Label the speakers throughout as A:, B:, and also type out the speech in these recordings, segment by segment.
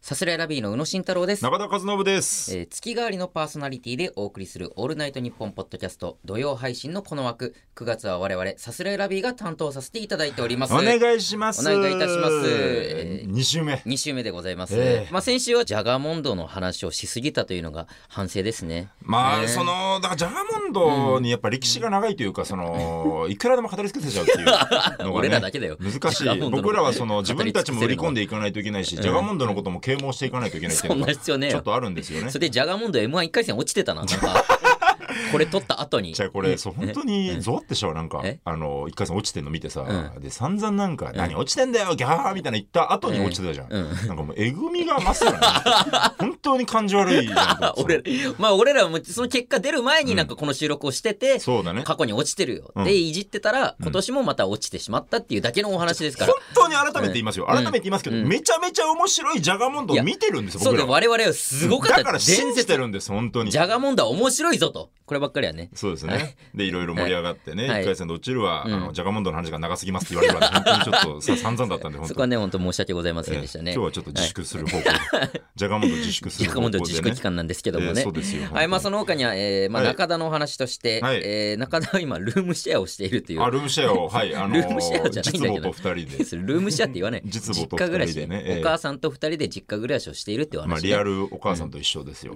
A: さすらいラビーの宇野慎太郎です、
B: 中田和信です。
A: えー月替わりのパーソナリティでお送りする「オールナイトニッポン」ポッドキャスト土曜配信のこの枠9月は我々さすらいラビーが担当させていただいております
B: お願いします。
A: お願いいたします
B: えー二週目。
A: 2週目でございます、
B: ええ
A: まあ、先週はジャガーモンドの話をしすぎたというのが反省ですね
B: まあ、
A: ね。
B: その、だからジャガモンドにやっぱ歴史が長いというか、その、いくらでも語り尽くせちゃうっていうのが、ね
A: 俺らだけだよ
B: 難し
A: ジャガモ
B: い。
A: ンドの
B: 僕らはその、自分たちも売り込ん
A: で
B: でいかないといけないし、ジャガモンドのことも啓蒙していかないといけないってい
A: そ
B: うんの
A: な
B: が、
A: 必要ねえ
B: ちょっ
A: よ
B: とあるんですよね
A: そ。れでジャガーモンド m 1 1回戦落ちてたななんかこれ取った後に
B: じゃあこれ、そう、本当にゾワってしちゃう。なんか
A: え、
B: あの、一回戦落ちてんの見てさ、で、散々なんか、何落ちてんだよ、ギャーみたいな言った後に落ちてたじゃん。
A: うん。
B: なんかもう、えぐみが増すよね。本当に感じ悪いじゃん
A: 俺まあ俺らもその結果出る前になんかこの収録をしてて、
B: そうだね。
A: 過去に落ちてるよ、
B: うん
A: でいじってたら今年もまた落ちてしまったっていうだけのお話ですから
B: 本、当に改めて言いますよ。
A: うん
B: 改めて言いますけど、
A: うん
B: めちゃめちゃ面白いジャガモンドを見てるんですよ、
A: そう
B: 僕
A: で
B: らは。
A: 我々はすごかった
B: だから信じてるんです、本当に
A: ジ。ャガモンドは面白いぞとこればっかりはね
B: そうです
A: はい
B: ね。で、いろいろ盛り上がってね、
A: はい
B: 1回戦で落ちるは、
A: うん
B: あの、ジャガモンドの話が長すぎますって言われるから、本当にちょっとさ散々だったんで、本
A: そ
B: 当
A: こは
B: に。
A: ね本当申し訳ございませんでした
B: え
A: ね
B: え今日はちょっと自粛する方向で、 ジャガモンド自粛す
A: 自
B: る
A: 粛
B: 方向
A: 問
B: で、
A: 題
B: ね。
A: 自粛期間なんですけども
B: ええ
A: ね
B: そう。ですよ。
A: はい、まあそ
B: の
A: の他には、えーまあ、
B: はい
A: 中田のお話として、
B: はい
A: えー中田は今ルームシェアをしているという、
B: あ、ルームシェアを、はい、あ の
A: ルームシェアじゃないんだ
B: 実
A: け
B: 母
A: ど
B: と二人 で。
A: それ ルームシェアって言わない
B: 実母
A: 実
B: と
A: 家暮ら
B: 二人
A: し、
B: でねええ
A: お母さんと二人で実家暮らしをしているっていう話、ね
B: まあ、リアルお母さんと一緒ですよ。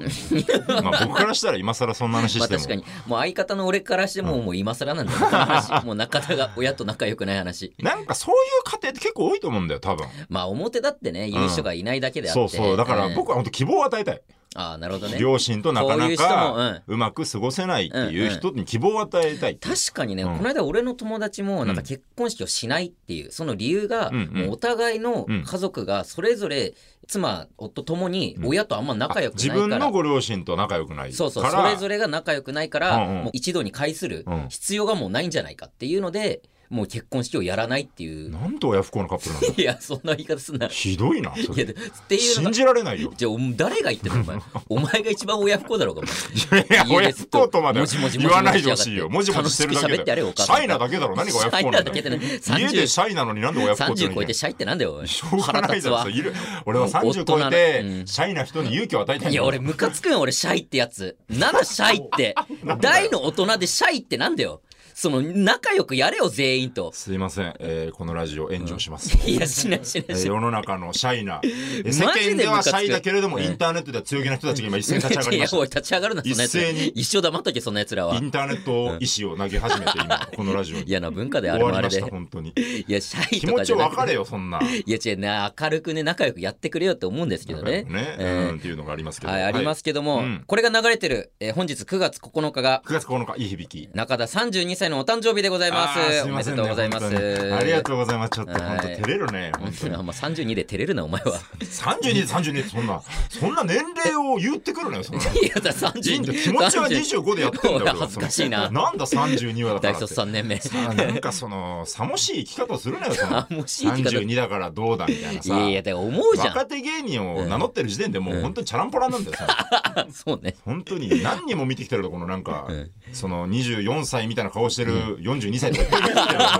B: まあ、僕からしたら今更そんな話
A: まあ
B: して
A: 確か
B: も。
A: にもう相方の俺からしてももう今更なんだよその話 もう中田が親と仲良くない話
B: なんかそういう家庭って結構多いと思うんだよ、多分。
A: まあ表だってね言う人がいないだけであって、
B: そうそう。だから僕
A: は
B: は本当希望を与えたい。
A: ああなるほどね
B: 両親となか
A: こういう
B: な
A: 人も
B: かうまく過ごせないっていう人に希望を与えたいっていう。
A: 確かにね、
B: うん
A: この間俺の友達もなんか
B: うん
A: 結婚式をしないっていうその理由が、
B: うんうん
A: もうお互いの
B: うん
A: 家族がそれぞれ妻夫ともに親とあんま仲良くない
B: 自
A: から、
B: 分のご両親と仲良くないから。
A: そうそうそれぞれが仲良くないから、
B: うんうん
A: もう一度に会する
B: うん
A: 必要がもうないんじゃないかっていうのでもう結婚式をやらないっていう、
B: なんと親不幸のカップルなん だ。
A: いやそんな言い方すん な
B: ひどいな、そ
A: いや
B: れ。
A: でっていうの
B: 信
A: が
B: じられないよ。
A: じゃあお誰が言ってるのお 前お前が一番親不孝だろうがお前
B: いや、
A: 家
B: 親
A: で
B: 不
A: ずっ
B: 幸とまで
A: もじもじもじもじ
B: 言わないでほしいよ。もじもじしてるだ
A: 楽しく喋
B: け
A: ってやれよお
B: で。
A: 母
B: シ
A: さん
B: ャイなだけだろ、何が
A: シ
B: 親不
A: ャ
B: 幸
A: イ
B: な
A: なん
B: だ
A: だ
B: よ
A: けでね
B: 家で
A: 30
B: シャイなのになんで親不幸って言う
A: 30
B: の
A: 超えてシャイってなんだよおい
B: しょうが
A: 腹
B: ない
A: 立つ
B: だろ
A: わ
B: それいる俺は
A: もう
B: 30超え
A: 大人なう
B: て
A: ん
B: シャイな人に勇気を与えたいんだ
A: いや俺ムカつくんよ俺シャイってやつなんだシャイって 大の大人でシャイってなんだよその仲良くやれよ全員 と
B: すいません、えーこのラジオ炎上します、
A: いやしないしないし
B: えー
A: ない
B: 世の中のシャイなえー
A: マジで
B: 世間ではシャイだけれども
A: ムカ
B: イ
A: つく
B: ンターネットでは強気な人たちが今一斉に立ち上がり
A: い
B: ま
A: や
B: し
A: おい
B: た
A: 立ち上がるなそんなやつ
B: 一斉に
A: 一生黙っとけそんなやつらは
B: インターネット意思を投げ始めて今このラジオに
A: 嫌な文化であ
B: 終
A: れ
B: わ
A: もあれ
B: りまし
A: で
B: た本当に
A: いやシャイと
B: 気持
A: か
B: ち
A: じゃ
B: を
A: な
B: 分か
A: く
B: れ
A: て
B: よそんな。
A: いや違うね明るくね仲良くやってくれよって思うんですけどね
B: ね、
A: えー
B: うんっていうのがありますけど、
A: はい、ありますすけども、
B: うん
A: これが流れてる、えー本日9月9日が
B: 9月9日いい響き
A: 中田32歳のお誕生日でございます
B: あーすい
A: お
B: ま
A: め
B: せ
A: で
B: ん
A: と
B: ね
A: うございます
B: 本当にありがとうございますちょっと本当
A: はい
B: 照れるね本当に
A: あんま32で照れるなお前 は
B: 32で32ってそんなそんな年齢を言ってくるのよそ んな。
A: いやだ32
B: いいんだよ気持ちは25でやってんだよ俺は
A: 恥ずかしいな
B: なんだ32はだ か
A: 大
B: らって
A: 卒3年目
B: さあなんかそのさもしい生き方をするな よその
A: あもうしいって言い
B: 32だからどうだみたいなさ
A: 方いやいやだから思うじゃ
B: 若手芸人を名乗ってる時点でもう本当にチャランポランなんだよさ
A: んそうね
B: 本当 に何人も見てきてるとこのなんか
A: ん
B: その24歳みたいな顔してる42歳とかいっぱい見てきてるよ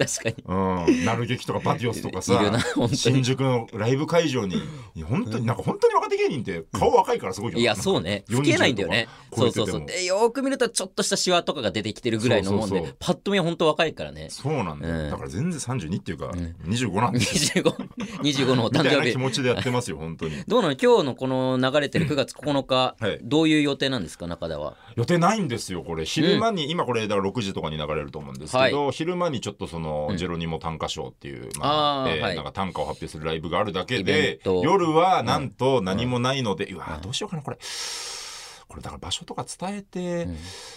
A: 確かに
B: うん、なる劇とかバティオスとかさ
A: いるな本当に
B: 新宿のライブ会場に本当になんか本当に若手芸人って顔若いからすごいよ
A: いやそうね
B: 40
A: 老けないんだよね
B: と
A: そ
B: か
A: う
B: 超えてて
A: そ
B: も
A: うそうでよーく見るとちょっとしたシワとかが出てきてるぐらいのもんで
B: そうそうそう
A: パッと見は本当若いからね
B: そうなんだよ、
A: うん
B: だから全然32っていうか、25なん です
A: 25 25のお
B: み
A: 誕
B: たい
A: 生
B: な
A: 日
B: 気持ちでやってますよ本当に
A: どうなの今日のこの流れてる9月9日、
B: はい
A: どういう予定なんですか中田は
B: 予定ないんですよこれ昼間に、今これだから6時とかに流れると思うんですけど、昼間にちょっとその、ジェロニモ短歌賞っていう、
A: あー
B: えー
A: はい
B: なんか短歌を発表するライブがあるだけ
A: イベン
B: で
A: ト
B: 夜はなんと何もないので、うわーどうしようかなこれこれだから場所とか伝えて、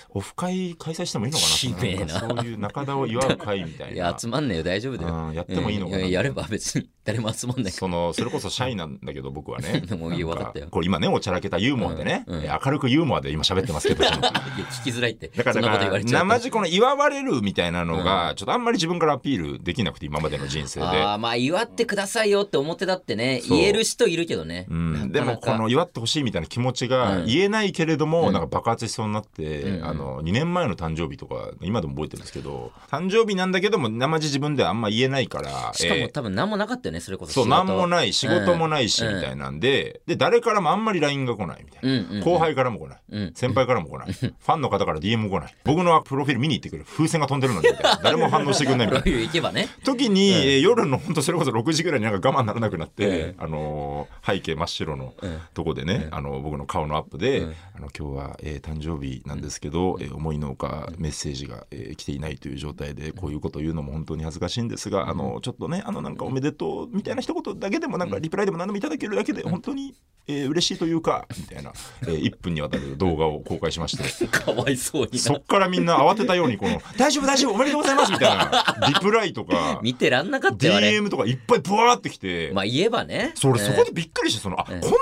B: オフ会開催してもいいのか
A: ひ
B: な
A: でえな
B: なんかそういう中田を祝う会みた
A: い
B: いな
A: や集まんねえよ大丈夫だよ、
B: うんやってもいいのかな
A: うんややれば別に誰も集まんないか
B: そのそれこそシャイなんだけど僕は ね
A: もういいよ
B: なん
A: わかったよ
B: これ今ねおちゃらけたユーモアでね、
A: うんうん
B: えー明るくユーモアで今喋ってます けどその
A: らいや聞きづらいって
B: だから
A: そんなこと言われちゃう
B: 生事故の祝われるみたいなのが、ちょっとあんまり自分からアピールできなくて今までの人生
A: あ
B: で。
A: あまあ祝ってくださいよって表だってね
B: そう
A: 言える人いるけどね、
B: うんでもこの祝ってほしいみたいな気持ち
A: う
B: が
A: ん
B: 言えないけれども、なんか爆発しそうになって、
A: うん
B: あの2年前の誕生日とか今でも覚えてるんですけど誕生日なんだけども生地自分ではあんま言えないから
A: しか
B: え
A: も
B: ー
A: 多分何もなかったよねそれこそ
B: そう何もない仕事も
A: ない、
B: ないし
A: うん
B: みたいなんでで誰からもあんまり LINE が来ないみたい
A: うんうんう
B: なん後輩からも来ない
A: うん、
B: 先輩からも来ないファンの方から DM も来ない僕のプロフィール見に行ってくる風船が飛んでるのにみたいな誰も反応してくれないみ
A: プ
B: たい
A: ロフィール
B: な
A: 行けばね
B: 時に、えー夜の本当それこそ6時ぐらいになんか我慢ならなくなって
A: え、
B: あのー背景真っ白の
A: ええ
B: とこでね、
A: ええ
B: あの僕の顔のアップで、
A: ええ
B: あの今日は、えー誕生日なんですけど、えー思いのほかメッセージが、えー来ていないという状態でこういうことを言うのも本当に恥ずかしいんですが、あのちょっとねあのなんかおめでとうみたいな一言だけでもなんかリプライでも何でもいただけるだけで本当に、えー嬉しいというかみたいな、え ー1分にわたる動画を公開しまして。
A: かわいそうに
B: そ
A: な
B: っからみんな慌てたようにこの「大丈夫大丈夫おめでとうございます」みたいなリプライとか
A: 見てらんなかったよあれ
B: DM とかいっぱいブワーってきて、
A: まあ言えばね
B: それ
A: ええ
B: そこでびっくりしてそのあ、
A: ええ
B: こんな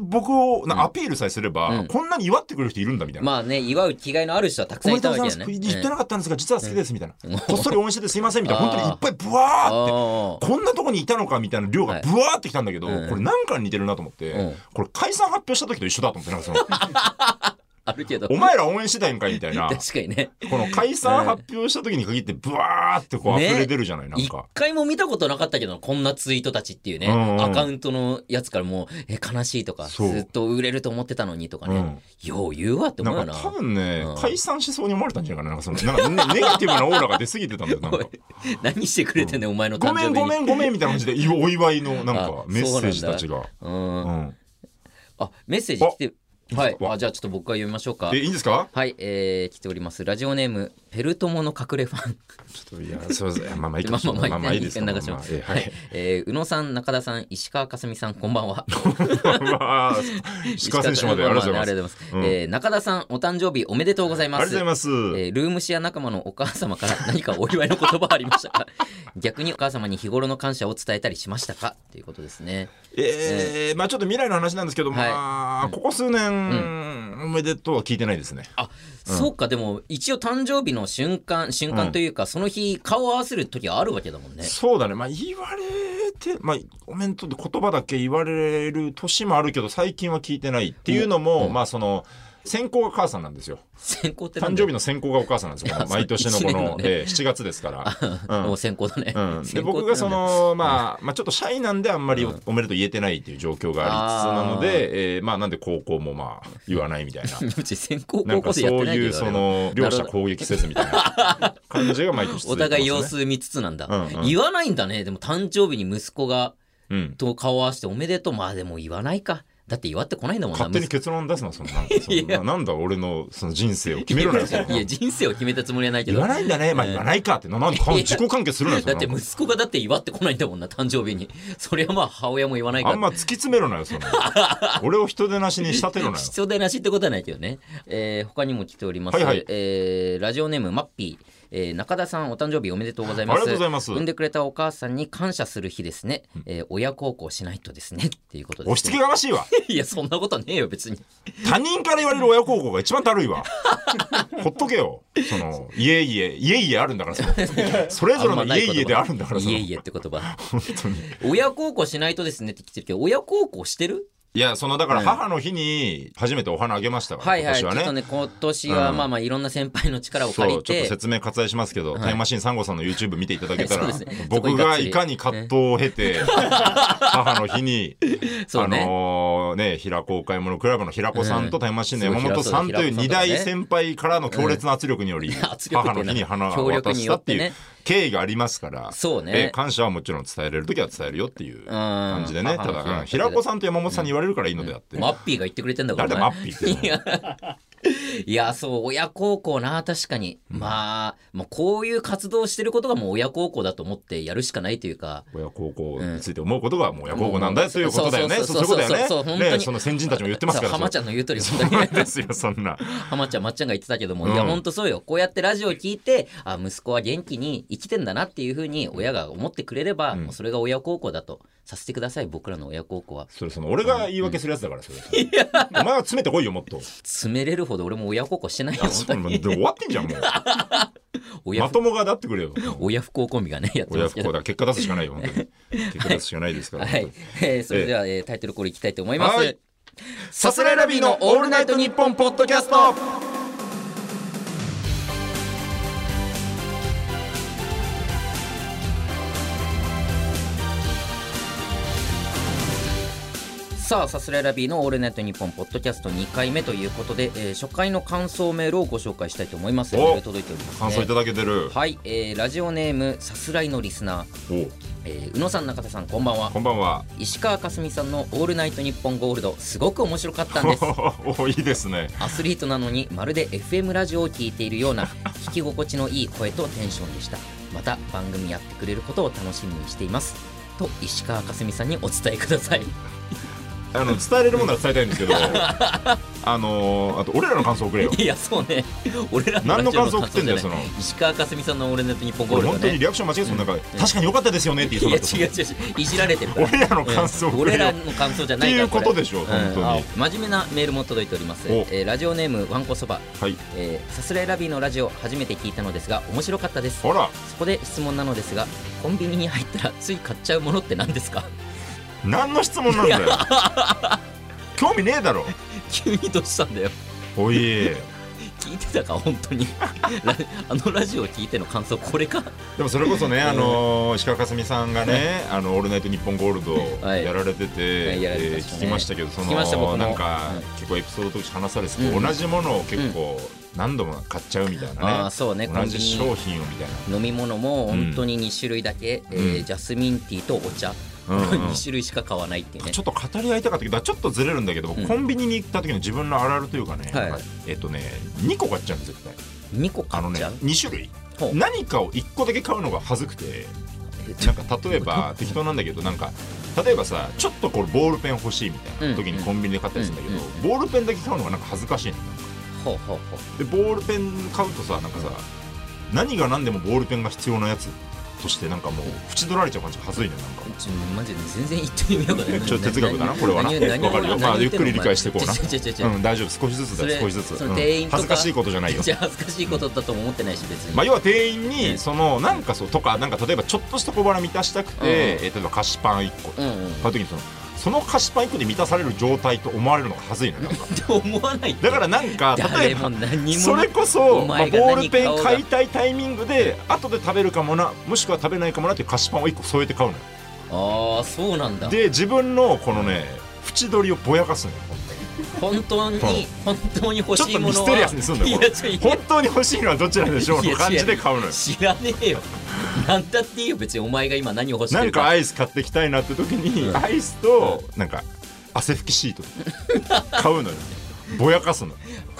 B: に僕をなアピールさえすれば、
A: うん
B: こんなに祝ってくれる人いるんだみたいな。
A: まあね祝う気概のある人はたく
B: お
A: さん
B: め
A: い
B: でと
A: た
B: う
A: わ
B: ござ
A: けだ
B: います
A: ね
B: 言ってなかったんですが実は好きですみたいな、
A: うん
B: こっそり応援しててすいませんみたいな
A: あー
B: 本当にいっぱいブワーって
A: ああ
B: こんなとこにいたのかみたいな量がブワーってきたんだけど、
A: はい
B: これなんかに似てるなと思って、
A: うん
B: これ解散発表した時と一緒だと思ってなんかその
A: あるけど
B: お前ら応援してたんかいみたい な
A: 確かにね
B: この解散発表した時に限ってブワーってこう
A: ね
B: 溢れ出るじゃない、なん
A: 一
B: か。
A: 回も見たことなかったけどこんなツイートたちっていうね、
B: うんうん
A: アカウントのやつからもうえ悲しいとかず
B: そう
A: っと売れると思ってたのにとかね、
B: うん
A: よう言うわって思う
B: な
A: よ
B: んか
A: な
B: 多分ね、
A: うん
B: 解散しそうに思われたんじゃないかななんかそのなんか、ね、ネ ガティブなオーラが出過ぎてたんだよ なんか
A: 何してくれてんねんお前の
B: ご
A: 誕
B: め
A: 生日に
B: んごめんごめんみたいな感じでいお祝いのなんか
A: あ
B: メッセージたちが。
A: うん、
B: うん
A: あメッセージ来てはい
B: わ
A: あじゃあちょっと僕が読みましょうか
B: えいいんですか
A: はい、えー、来ておりますラジオネームペルトモの隠れファン
B: ちょっといやすいませんまあまあいい
A: ま
B: かも
A: あ
B: しれ
A: ま
B: な
A: あ
B: いまあ
A: ま
B: ま
A: あ
B: あ
A: いい
B: いい
A: で
B: ですす
A: か流し
B: か
A: ま
B: まあ
A: す
B: まあえ
A: はい、 えー宇野さん中田さん石川佳純さんこんばんは
B: えはいまあ石川選手までありがとうございま
A: い
B: す
A: ます、えー中田さんお誕生日おめでとうござい
B: あり
A: ま
B: がとうご
A: す
B: ざいます
A: えールームシェア仲間のお母様から何かお祝いの言葉はありました か逆にお母様に日頃の感謝を伝えたりしましたかということですね
B: えーまあちょっと未来の話なんですけど
A: はい
B: まあここ数年おめでとうは聞いてないですね
A: あ、そうかでも一応誕生日の瞬間瞬間というか、その日顔を合わせる時はあるわけだもんね
B: そうだねまあ言われてまあおめでとうって言葉だけ言われる年もあるけど最近は聞いてないっていうのもまあその先行が母さんなんですよ
A: 先行ってなん
B: 誕
A: だ
B: 生日の選考がお母さんなんですよ。 この毎年のこ
A: 一年の
B: の、
A: ね
B: えー7月で すから。
A: もう先行だね、
B: うんうん、で
A: 先行ってなんだ。
B: 僕がその、まあ、まあちょっとシャイなんであんまりおおめでとう言えてないっていう状況がありつつなので、えーまあなんで高校もまあ言わないみたいな
A: うち先行
B: なん
A: 高校
B: か
A: 生
B: そ
A: やって
B: う
A: ない
B: い
A: け
B: う
A: ど
B: そ
A: あれは
B: の両者攻撃せずみたいな感じが毎年続
A: お
B: いてますね。
A: 互い様子見つつなんだ、
B: うんうん
A: 言わないんだねでも誕生日に息子が
B: うん。
A: と顔を合わせておめでとうまあでも言わないかだって祝ってこないんだもんな
B: 勝手に結論出すな、その なんかそのななんだ俺のその人生を決めるなよ、その
A: いや人生を決めたつもりはないけ
B: 言
A: ど
B: わないんだね、まあ言わないかって、ななんでか自己関係するなよ、そ
A: だ
B: の
A: って息子がだって祝ってこないんだもんな誕生日にそれはまあ母親も言わないか
B: あ
A: ら
B: んま突き詰めろ なよ、その。俺を人でなしに仕立てろなよ。
A: 必要でなしってことはないけどね、えー、他にも来ております、
B: はいはい
A: えーラジオネームマッピーえー中田さんお誕生日おめでとうございます
B: ありがとうございます
A: 産んでくれたお母さんに感謝する日ですね、えー親孝行しないとですねっていうことです、ね、
B: 押し付けがましいわ。
A: いやそんなことねえよ別に
B: 他人から言われる親孝行が一番だるいわ。ほっとけよ。その、いえいえ、いえいえあるんだから、その それぞれのいえいえであるんだから、そ
A: い
B: の
A: えいえって 言葉親孝行しないとですねって来てるけど親孝行してる
B: いや、その、だから母の日に初めてお花あげましたから、
A: はい
B: 今
A: はいち
B: 年
A: ょ
B: は
A: っと
B: ね。
A: ね今年は
B: うん
A: まあまあいろんな先輩の力を
B: そ
A: 借り
B: うちょっと
A: て、
B: 説明割愛しますけど、タイムマシーン3号さんの YouTube 見ていただけたら、
A: はい そうですね
B: 僕がいかに葛藤を経て、母の日に
A: そうね
B: あのーね、平子お買い物クラブの平子さんとタイムマシーンの
A: うん
B: 山本さんという
A: すごい
B: 二
A: 平子さんとかね
B: 大先輩からの強烈な圧力により、
A: 圧力っ
B: 母
A: ていう
B: の
A: の
B: 日に花
A: 協
B: を
A: 力
B: 渡
A: に
B: し
A: よ
B: た
A: っ
B: ってて
A: ね
B: いう経緯がありますから、
A: そうね
B: えー感謝はもちろん伝えれる時は伝えるよっていう感じで
A: うん
B: ね、た
A: 母の日は
B: だ、うん平子さんと山本さんに言われるからいいのであって、
A: マッピーが言ってくれてんだか
B: 誰
A: ら
B: だ
A: お
B: マ
A: 前
B: ッピーって。
A: いやそう親孝行な確かに、まあ、まあこういう活動をしてることがもう親孝行だと思ってやるしかないというか
B: 親孝行について思うことがもう親孝行なんだよということだよね。
A: うん
B: そうそういうことだ
A: そうそうそう本
B: よ
A: 当に
B: ね。ね、その先人たちも言ってますから。
A: さ浜ち
B: ゃん。
A: ゃんの言う通り本当
B: そうな
A: に
B: ん ですよ、そんな。
A: 浜ちゃんまっちゃんが言ってたけども、
B: うん
A: いやほんとそうよこうやってラジオを聞いてあ息子は元気に生きてんだなっていうふうに親が思ってくれれば、もうそれが親孝行だとさせてください僕らの親孝行は
B: それその俺が言い訳するやつだから、それ。お前は詰めてこいよ、もっと。
A: 詰めれるほど俺も 親孝行してないよ本
B: そ
A: 当
B: んな
A: に
B: で終わってんじゃん、もう。
A: 親
B: ま
A: 不
B: ともがだってくれよ。
A: 親不孝コンビがねやってま
B: 親
A: すけ
B: 不
A: ど
B: 孝だ。結果出すしかないよ、 本当に。結果出すしかないですから。
A: はい、えーそれでは、えータイトルコールいきたいと思います、
B: はい
A: さすらいラビーのオールナイトニッポンポッドキャストさあさすらいラビーの「オールナイトニッポン」ポッドキャスト2回目ということで、えー初回の感想メールをご紹介したいと思います
B: お
A: これ届いております、ね、
B: 感想いただけてる、
A: はい、えーラジオネームさすらいのリスナー、えー宇野さん中田さんこんばんは
B: おこんばんは
A: 石川佳純さんの「オールナイトニッポンゴールド」すごく面白かったんです
B: おいいですね
A: アスリートなのにまるで FM ラジオを聴いているような聞き心地のいい声とテンションでしたまた番組やってくれることを楽しみにしていますと石川佳純さんにお伝えください
B: あの伝えれるものは伝えたいんですけ どあのーあと俺らの感想をくれよ
A: いやそうね俺ら
B: 何
A: ラ
B: の
A: ジオ
B: 感想送ってんだよ
A: 感想じゃない
B: そ
A: 石川佳純さんの「オールナイトニッポンゴー
B: 俺
A: ルド
B: 本当
A: ね
B: にリアクション間違えそうなんか
A: ん
B: 確かに良かったですよねって言いそう
A: い
B: に
A: や
B: なった
A: 違う違う違ういじられてるから
B: 俺らの感想
A: うん
B: 俺
A: 俺
B: ら
A: らの感想じゃないから
B: っていうことでしょ
A: これ
B: 本当に
A: んあ真面目なメールも届いております、
B: お
A: えーラジオネームわんこそば、
B: はい
A: えー、さすらいラビーのラジオ初めて聞いたのですが面白かったです
B: ほら
A: そこで質問なのですがコンビニに入ったらつい買っちゃうものって何ですか
B: 何の質問なんだよ 興味ねえだろ
A: 急にどうしたんだよ
B: おい
A: 聞いてたか本当に ラあのラジオを聞いての感想これか
B: でもそれこそね、あのー石川佳純さんがね「あのオールナイトニッポンゴールド」
A: はい
B: やられてて、
A: はいやられて
B: えー
A: ましたね
B: 聞きましたけどそ
A: 聞きました僕
B: の
A: も
B: なんか、
A: うん
B: 結構エピソードとして話されてて、
A: うん
B: 同じものを結構何度も買っちゃうみたい
A: あ
B: な
A: あ
B: ね、
A: そうねコ
B: 同
A: ンビ
B: じ
A: ニ
B: 商品をみたい
A: 飲み物も本当に2種類だけ、
B: う
A: え
B: ん
A: ージャスミンティーとお茶、
B: な、うんうん
A: 2種類しか買わないっていうね
B: ちょっと語り合いたかったけどちょっとずれるんだけど、
A: うん
B: コンビニに行った時の自分のあるあるというかね、
A: はい
B: なんかえっ、とね2個買っちゃうんです絶対
A: 2個
B: あ
A: 買
B: の
A: っ
B: ね
A: ちゃう
B: 2種類
A: ほう
B: 何かを1個だけ買うのが恥ずくてなんか例 えば適当なんだけどなんか例えばさちょっとこうボールペン欲しいみたいな時
A: うん
B: に
A: うん
B: コンビニで買ったりするんだけど、
A: うんうん
B: ボールペンだけ買うのがなんか恥ずかしいの
A: ほうほうほう
B: でボールペン買うとさなんかさ何が何でもボールペンが必要なやつとしてなんかもう縁取られちゃう感じが恥ずいのよなんか
A: ちょマジで全然言ってる意味わかんない
B: ちょっと哲学だな
A: 何
B: これはな
A: 何
B: わ
A: 何
B: かるよ
A: 何
B: まあ
A: 言
B: ゆって
A: ん
B: く
A: の
B: り理解していこうな
A: お前ちょちょちょちょ
B: うん大丈夫少しずつ
A: そ
B: だ
A: れ
B: よ少しずつ、
A: その
B: うん
A: 店員とか
B: 恥ずかしいことじゃないよ
A: じゃあ恥ずかしいことだとも思ってないし別に、
B: まあ、要は店員
A: う
B: に
A: ん
B: そのなんかそうとかなんか例えばちょっとした小腹満たしたくて、
A: うん
B: えー例えば菓子パン1個とか
A: うんうん
B: 買う時にそのその菓子パン1個で満たされる状態と思われるのが恥ずいのよなんか
A: って思わない
B: だからなんか例
A: 誰
B: え
A: も
B: ば
A: 何も
B: それこそ、
A: お
B: まあ、
A: 前が何
B: ボールペ
A: 買おう
B: ン
A: が
B: 買いたいタイミングで後で食べるかもなもしくは食べないかもなっていう菓子パンを1個添えて買うのよ
A: ああそうなんだ
B: で自分のこのね縁取りをぼやかすのよ本当に
A: 本当に
B: うん
A: 本当に欲しいものは
B: ちょっとミステリアスにすんだよこ
A: いやちょいや
B: 本当に欲しいのはどちらでしょうの感じで買うのよ
A: 知らねえよなんだっていいよ別にお前が今何を欲して
B: なん
A: るか
B: かアイス買ってきたいなって時に、
A: うん
B: アイスとなんか汗拭きシート 買うのよぼやかすの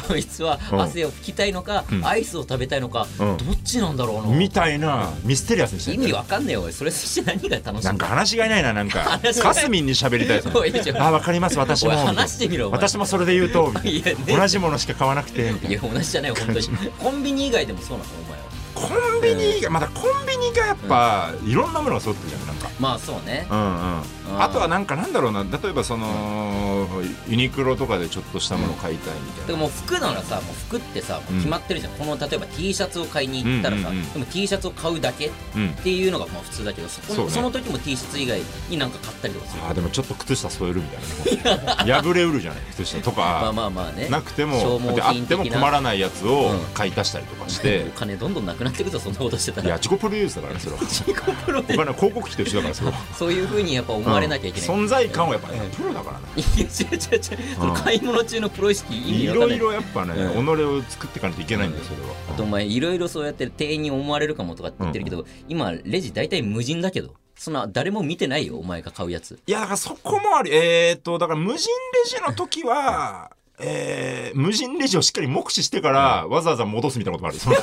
A: こいつは
B: うん
A: 汗を拭きたいのか、
B: うん
A: アイスを食べたいのか、
B: うん
A: どっちなんだろうな
B: みたいなミステリアスにして
A: 意
B: んだよ
A: 味わかんねえよおいそれして何が楽しい
B: なんか話がいないななんか
A: 話がな
B: か
A: い
B: すみんに喋りたいその
A: おいちょ
B: あわかります私
A: お
B: も
A: い
B: みたいな
A: 話してみろお前
B: 私もそれで言うとみたい
A: いや
B: な
A: ね
B: 同じものしか買わなくてみたい
A: い
B: な
A: や同じじゃないよ本当に コンビニ以外でもそうなのお前は
B: コンビニがまだコンビニがやっぱ、いろんなものが揃ってるじゃんなんか
A: まあそうね
B: うんうん
A: ー
B: あとはなんかなんだろうな例えばその、ユニクロとかでちょっとしたもの買いたいみたい
A: で
B: な、
A: もう服ならさもう服ってさもう
B: うん
A: 決まってるじゃん、この例えば T シャツを買いに行ったらさ、
B: うんうんうん
A: でも T シャツを買うだけっ
B: うん
A: ていうのがまあ普通だけどそこ
B: そうね
A: その時も T シャツ以外になんか買ったりとかする
B: あーでもちょっと靴下添えるみたい なね破れうるじゃない靴下と
A: まあ
B: か
A: まあまあね
B: なくて
A: 消
B: も
A: 耗品的
B: で
A: な
B: あっても困らないやつを
A: うん
B: 買い足したりとかして
A: お金どんどんなくなってくぞそんなことしてた
B: いや
A: ら
B: 自己プロデュースだからねそれは
A: 自己プロ
B: お
A: で
B: 金は広告費と一緒だか らそれは
A: そういうふうにやっぱ思われなきゃいけない、
B: うん存在感をやっぱ
A: う
B: ね
A: ん
B: プロだからね
A: いや違う違う違う、その買い物中のプロ意識意味
B: い
A: わかん
B: ろ
A: ない
B: いろやっぱね己
A: うん
B: を作っていかないといけないんだよそれ
A: あとお
B: は
A: 前いろいろそうやって店員に思われるかもとかって言ってるけど、今レジ大体無人だけどそんな誰も見てないよお前が買うや つ
B: いやだからそこもありえーっとだから無人レジの時はえー無人レジをしっかり目視してからわざわざ戻すみたいなこともあるその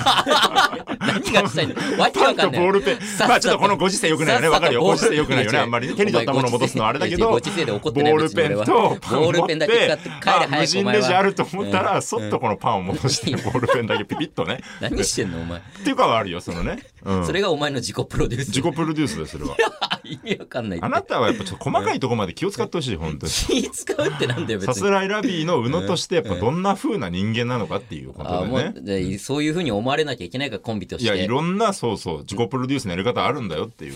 A: 何がしたいのわけ
B: パ
A: わ
B: ン
A: か
B: と
A: ん
B: ボ
A: ない
B: ールペン
A: さっさと
B: まあちょっとこのご時世よくないよね
A: さ
B: わ
A: っさと
B: かるよ
A: ボー
B: ご
A: ル
B: 時世よくないよねあんまりね手に取ったものを戻すのはあれだけど
A: お
B: ボ
A: 前ご時世で怒ってない
B: ールペンとパンを
A: ボール
B: 持
A: ペ
B: っ
A: ンだけ
B: て
A: 買って帰れ早
B: あ
A: く
B: 無人
A: お前
B: レジ
A: は
B: あると思った
A: う
B: らそっとこのパンを戻してボールペンだけピピッとね
A: 何してんのお前、
B: っていうかはあるよそのねうん
A: それがお前の自己プロデュース
B: 自 己プロデュースですそれは
A: 意味わかんないって
B: あなたはやっぱちょっと細かいところまで気を使ってほしい本当に
A: 気使うってなんだよ別
B: さす
A: に
B: らいラビーの宇野としてやっぱどんな風な人間なのかっていうこと
A: あ
B: で
A: も
B: ね
A: うでそういうふうに思われなきゃいけないからコンビと
B: い
A: し
B: や
A: て
B: いろんなそうそう自己プロデュースのやり方あるんだよっていう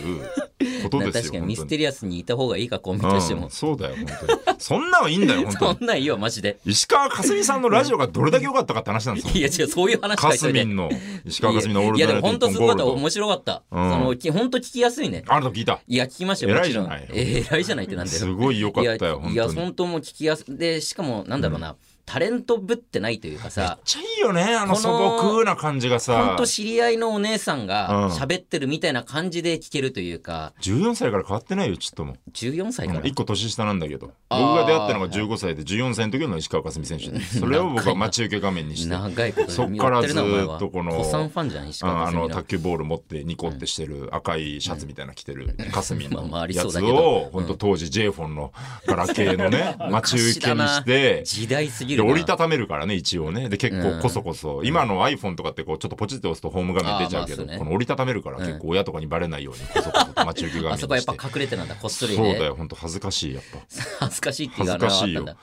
B: ことですよ
A: 確かにミステ
B: リ
A: リアスにいた方がいいかコメントしても、
B: そうだよ本当にそんなんはいいんだよ本当
A: そん
B: に
A: なんいいよマジで
B: 石川佳純さんのラジオがどれだけ良かったかって話なんですよ
A: いや違うそういう話
B: か
A: 書い
B: す
A: とい
B: み
A: て
B: んの石川かすみのオール
A: いや
B: ナ
A: で
B: イ
A: も
B: ト
A: 本当
B: ニッ
A: す
B: ポン
A: ご
B: ゴ
A: かっ
B: ール
A: た
B: ド
A: 面白かった、
B: うん
A: そのき本当聞きやすいね
B: あなた聞いた
A: いや聞きましたよ
B: 偉
A: も
B: い
A: ちろん
B: じゃない
A: えー偉いじゃないってなんだよ
B: すごい良かったよ本
A: いやいや
B: 当にめっ
A: 本当もう聞きやすでしかもなんだろうな、タレントぶってないというかさ
B: ちゃいいよねあ
A: この
B: の素朴な感じが
A: 本
B: さ
A: 当知り合いのお姉さん
B: うん
A: が喋ってるみたいな感じで聞けるというか
B: 14歳から変わってないよちょっとも
A: 14歳かな、
B: 1個年下なんだけど
A: あー
B: 僕が出会ったのが15歳で14歳の時の石川佳純選手でそれを僕は待ち受け画面にして
A: 長いこと
B: そっから
A: やってるなお前は
B: ずっとこの
A: 古参ファンじゃん石川
B: あ
A: 佳
B: あ
A: 純
B: の
A: の
B: 卓球ボール持ってニコってしてる赤いシャツみたいなの着てるかすみ の
A: まあまああり
B: や
A: そう
B: つ
A: だけど
B: を
A: うん
B: 本当当時 J フォンのガラケー のね待ち受けにして
A: 時代すぎ
B: で
A: るな
B: 折りたためるからね一応ねで結構こそこそ、今の iPhone とかってこうちょっとポチって押すとホーム画面出ちゃうけど、
A: あーまあそうね
B: この折りたためるから
A: うん
B: 結構親とかにバレないようにこそこそと待ち受け画面
A: あ
B: にして
A: そこはやっぱ隠れてなんだこっそり
B: そうだ
A: ね
B: よ本当恥ずかしいやっぱ
A: 恥ずかしいっていうあれ
B: 恥ず
A: は
B: か
A: あっ
B: しい
A: た
B: よ
A: んだ